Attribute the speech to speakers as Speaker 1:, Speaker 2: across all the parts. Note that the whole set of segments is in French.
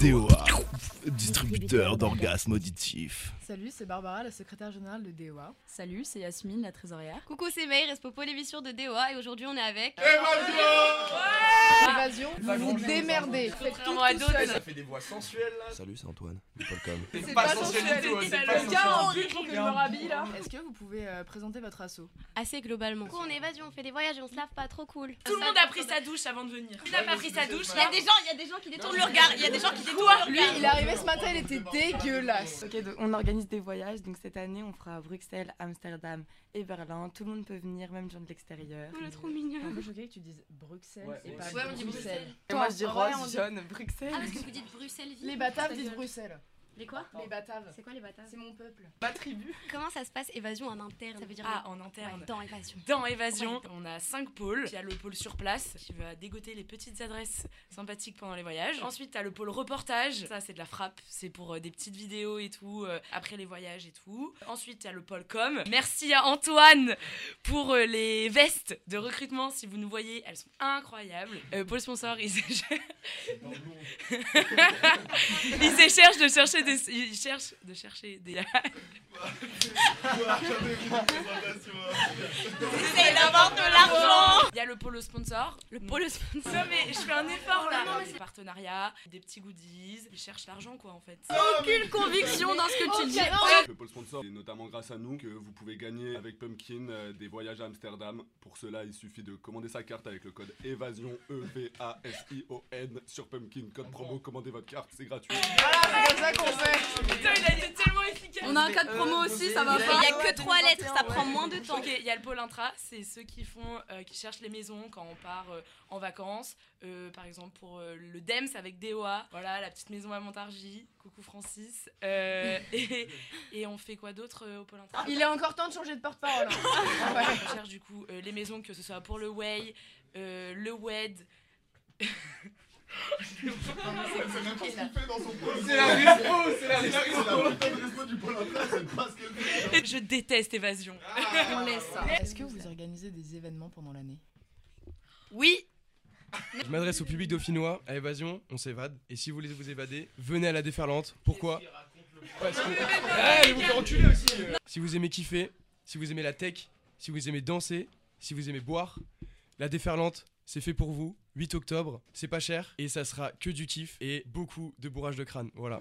Speaker 1: DOA, distributeur d'orgasmes auditifs.
Speaker 2: Salut, c'est Barbara, la secrétaire générale de DOA.
Speaker 3: Salut, c'est Yasmine, la trésorière.
Speaker 4: Coucou, c'est May, Respopo, l'émission de DOA, et aujourd'hui on est avec.
Speaker 2: Évasion, vous vous démerdez. Faites tout,
Speaker 4: Contrairement à
Speaker 2: tout
Speaker 4: d'autres.
Speaker 2: seul.
Speaker 5: Ça fait des voix sensuelles là.
Speaker 1: Salut, c'est Antoine, du Polcom.
Speaker 5: C'est
Speaker 2: pas sensuel du tout, hein,
Speaker 5: c'est pas
Speaker 2: le
Speaker 5: sensuel.
Speaker 2: Est-ce que vous pouvez euh, présenter votre assaut
Speaker 4: Assez globalement. Coucou, on évasion, on fait des voyages et on se lave pas, trop cool.
Speaker 6: Tout le monde a pris sa douche avant de venir. Il n'a pas pris sa douche.
Speaker 4: Il y a des gens, il y a des gens qui détournent
Speaker 6: Tourne
Speaker 4: le regard, il y a des gens qui détournent le
Speaker 2: Lui,
Speaker 4: regard.
Speaker 2: il est arrivé ce matin, il était dégueulasse.
Speaker 3: Ok, donc on organise des voyages. Donc cette année, on fera Bruxelles, Amsterdam et Berlin. Tout le monde peut venir, même gens de l'extérieur.
Speaker 4: Oh, le trop mignon.
Speaker 2: Un peu choqué que tu dises Bruxelles
Speaker 5: Ouais,
Speaker 2: et
Speaker 5: ouais.
Speaker 2: pas
Speaker 4: Ouais, on dit
Speaker 2: Bruxelles.
Speaker 4: Bruxelles.
Speaker 3: Et moi, je dis
Speaker 2: Ouais, on
Speaker 3: Rose,
Speaker 2: dit-
Speaker 3: jaune, Bruxelles.
Speaker 4: Ah, parce que vous dites Bruxelles ville.
Speaker 2: Les Bataves
Speaker 4: Ta
Speaker 2: disent
Speaker 4: gueule.
Speaker 2: Bruxelles.
Speaker 4: Les quoi
Speaker 2: Les Bataves.
Speaker 4: C'est quoi les bataves
Speaker 2: C'est mon peuple.
Speaker 4: Comment ça se passe évasion en interne Ça veut dire.
Speaker 6: Ah, en
Speaker 4: Ouais,
Speaker 6: interne.
Speaker 4: dans évasion.
Speaker 6: Dans Évasion, on a 5 pôles. Il y a le pôle sur place qui va dégoter les petites adresses sympathiques pendant les voyages. Ensuite, t'as le pôle reportage. Ça, c'est de la frappe. C'est pour euh, des petites vidéos et tout, euh, après les voyages et tout. Ensuite, t'as le pôle com. Merci à Antoine pour euh, les vestes de recrutement. Si vous nous voyez, elles sont incroyables. Euh, pôle sponsor, ils ils cherchent de chercher des. Ils cherchent de chercher des.
Speaker 4: J'essaie d'avoir de l'argent
Speaker 6: Il y a le pôle sponsor.
Speaker 4: Le pôle sponsor.
Speaker 6: Non mais je fais un effort là.
Speaker 4: Non, non, mais
Speaker 6: des partenariats, des petits goodies. Ils cherchent l'argent quoi en fait.
Speaker 4: Aucune conviction dans ce que tu dis.
Speaker 7: Le pôle sponsor, et notamment grâce à nous, que vous pouvez gagner avec Pumpkin euh, des voyages à Amsterdam. Pour cela, il suffit de commander sa carte avec le code évasion E E-V-A-S-I-O-N sur Pumpkin. Code promo, commandez votre carte, c'est gratuit.
Speaker 2: C'est comme ça qu'on fait.
Speaker 6: Putain il a été tellement efficace.
Speaker 3: On a un code promo aussi, ça va
Speaker 4: Il
Speaker 3: pas.
Speaker 4: y a que trois lettres, ça prend moins de temps.
Speaker 6: Ok, il y a le pôle intra, c'est ceux qui font, euh, qui cherchent les maisons quand on part euh, en vacances. Euh, par exemple pour euh, le DEMS avec DOA, voilà la petite maison à Montargis. Coucou Francis. Euh, et, et on fait quoi d'autre euh, au pôle intra
Speaker 2: Il est encore temps de changer de porte-parole. hein. Ouais.
Speaker 6: On cherche du coup euh, les maisons, que ce soit pour le Way, euh, le WED.
Speaker 5: C'est la respo, c'est la respo.
Speaker 6: Je déteste évasion.
Speaker 4: On laisse ça.
Speaker 2: Est-ce que vous organisez des événements pendant l'année
Speaker 6: Oui,
Speaker 8: Je m'adresse au public dauphinois, à évasion, on s'évade. Et si vous voulez vous évader, venez à la déferlante. Pourquoi Parce que- Eh, mais vous faites enculer aussi euh. Si vous aimez kiffer, si vous aimez la tech, si vous aimez danser, si vous aimez boire, la déferlante, c'est fait pour vous. 8 octobre, c'est pas cher et ça sera que du kiff et beaucoup de bourrage de crâne. Voilà.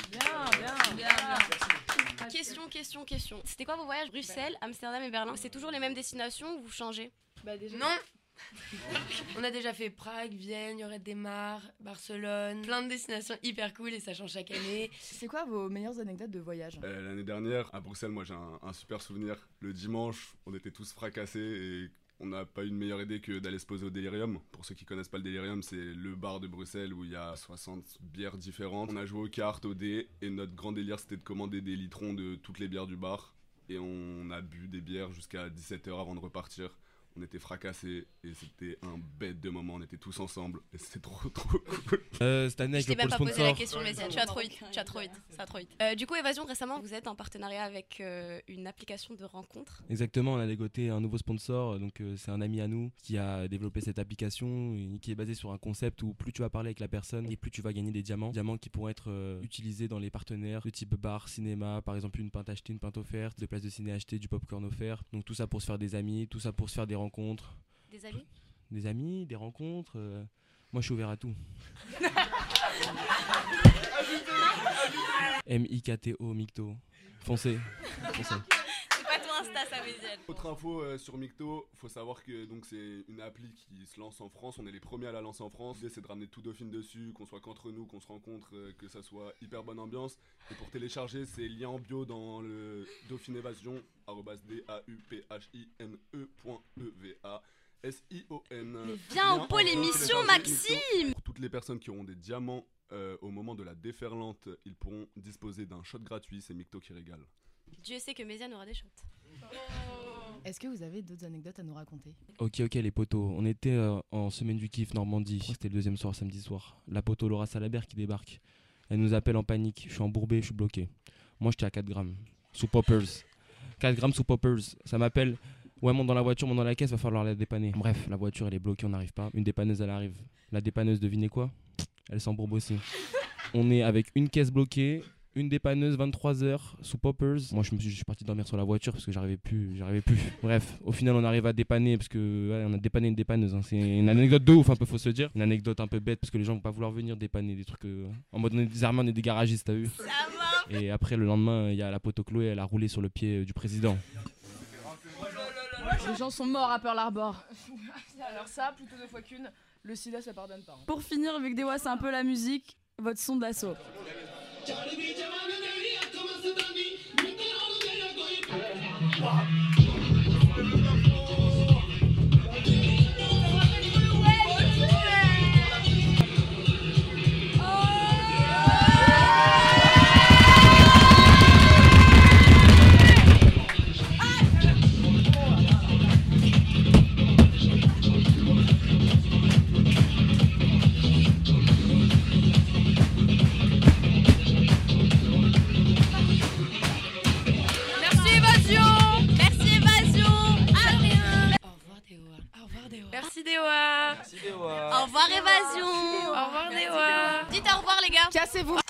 Speaker 4: Question, question, question. C'était quoi vos voyages Bruxelles, Amsterdam et Berlin C'est toujours les mêmes destinations ou vous changez
Speaker 2: Bah déjà.
Speaker 9: Non On a déjà fait Prague, Vienne, Lloret des Mars, Barcelone, plein de destinations hyper cool et ça change chaque année.
Speaker 2: C'est quoi vos meilleures anecdotes de voyage
Speaker 7: Euh, L'année dernière, à Bruxelles, moi j'ai un, un super souvenir. Le dimanche, on était tous fracassés et on n'a pas eu une meilleure idée que d'aller se poser au Delirium. Pour ceux qui connaissent pas le Delirium, c'est le bar de Bruxelles où il y a 60 bières différentes. On a joué aux cartes, aux dés et notre grand délire c'était de commander des litrons de toutes les bières du bar. Et on a bu des bières jusqu'à 17h avant de repartir. On était fracassés et c'était un bête de moment. On était tous ensemble et c'était trop trop cool.
Speaker 8: Euh, cette année
Speaker 4: Je t'ai même pas posé la question, mais tu as trop vite. Tu as trop vite. Ça va trop vite. Euh, du coup, Évasion, récemment, vous êtes en partenariat avec euh, une application de rencontre.
Speaker 8: Exactement, on a dégoté un nouveau sponsor, euh, donc euh, c'est un ami à nous qui a développé cette application et qui est basée sur un concept où plus tu vas parler avec la personne et plus tu vas gagner des diamants, diamants qui pourront être euh, utilisés dans les partenaires de type bar, cinéma, par exemple une pinte achetée, une pinte offerte, des places de ciné achetées, du popcorn offert, donc tout ça pour se faire des amis, tout ça pour se faire des rencontres,
Speaker 4: Des amis
Speaker 8: des amis, des rencontres, euh, moi je suis ouvert à tout. M-I-K-T-O, Micto, foncez, foncez.
Speaker 4: C'est pas toi Insta, ça, Méziel.
Speaker 7: Autre info euh, sur Micto, faut savoir que donc c'est une appli qui se lance en France. On est les premiers à la lancer en France. L'idée c'est de ramener tout Dauphine dessus, qu'on soit qu'entre nous, qu'on se rencontre, euh, que ça soit hyper bonne ambiance. Et pour télécharger, c'est lien en bio dans le Dauphine Évasion d a u p h i n e v a s i o n.
Speaker 4: Mais viens au pôle émission, Maxime
Speaker 7: Pour toutes les personnes qui auront des diamants euh, au moment de la déferlante, ils pourront disposer d'un shot gratuit. C'est Micto qui régale.
Speaker 4: Dieu sait que Méziane aura des shots.
Speaker 2: Est-ce que vous avez d'autres anecdotes à nous raconter
Speaker 8: Ok, ok, les potos. On était euh, en semaine du kiff Normandie. C'était le deuxième soir, samedi soir. La poteau Laura Salabert qui débarque. Elle nous appelle en panique. Je suis embourbé, je suis bloqué. Moi, j'étais à 4 grammes. Sous poppers. 4 grammes sous poppers. Ça m'appelle. Ouais, monte dans la voiture, monte dans la caisse, va falloir la dépanner. Bref, la voiture, elle est bloquée, on n'arrive pas. Une dépanneuse, elle arrive. La dépanneuse, devinez quoi Elle s'embourbe aussi. On est avec une caisse bloquée, une dépanneuse 23h sous Poppers. Moi, je, me suis, je suis parti dormir sur la voiture parce que j'arrivais plus, j'arrivais plus. Bref, au final, on arrive à dépanner parce que ouais, on a dépanné une dépanneuse. hein. C'est une anecdote de ouf, un peu, faut se le dire. Une anecdote un peu bête parce que les gens vont pas vouloir venir dépanner des trucs. euh, en mode, on est des armes, on est des garagistes, t'as vu Et après, le lendemain, il y a la pote Chloé, elle a roulé sur le pied euh, du président.
Speaker 2: Les gens sont morts à Pearl Harbor. Alors ça, plutôt deux fois qu'une, le sida ça pardonne pas. Pour finir, vu que Dewa c'est un peu la musique, votre son d'assaut.
Speaker 4: Merci Évasion Merci Évasion Adrien Merci Dewa Au revoir Évasion Au revoir Dewa Dites au revoir les gars Cassez-vous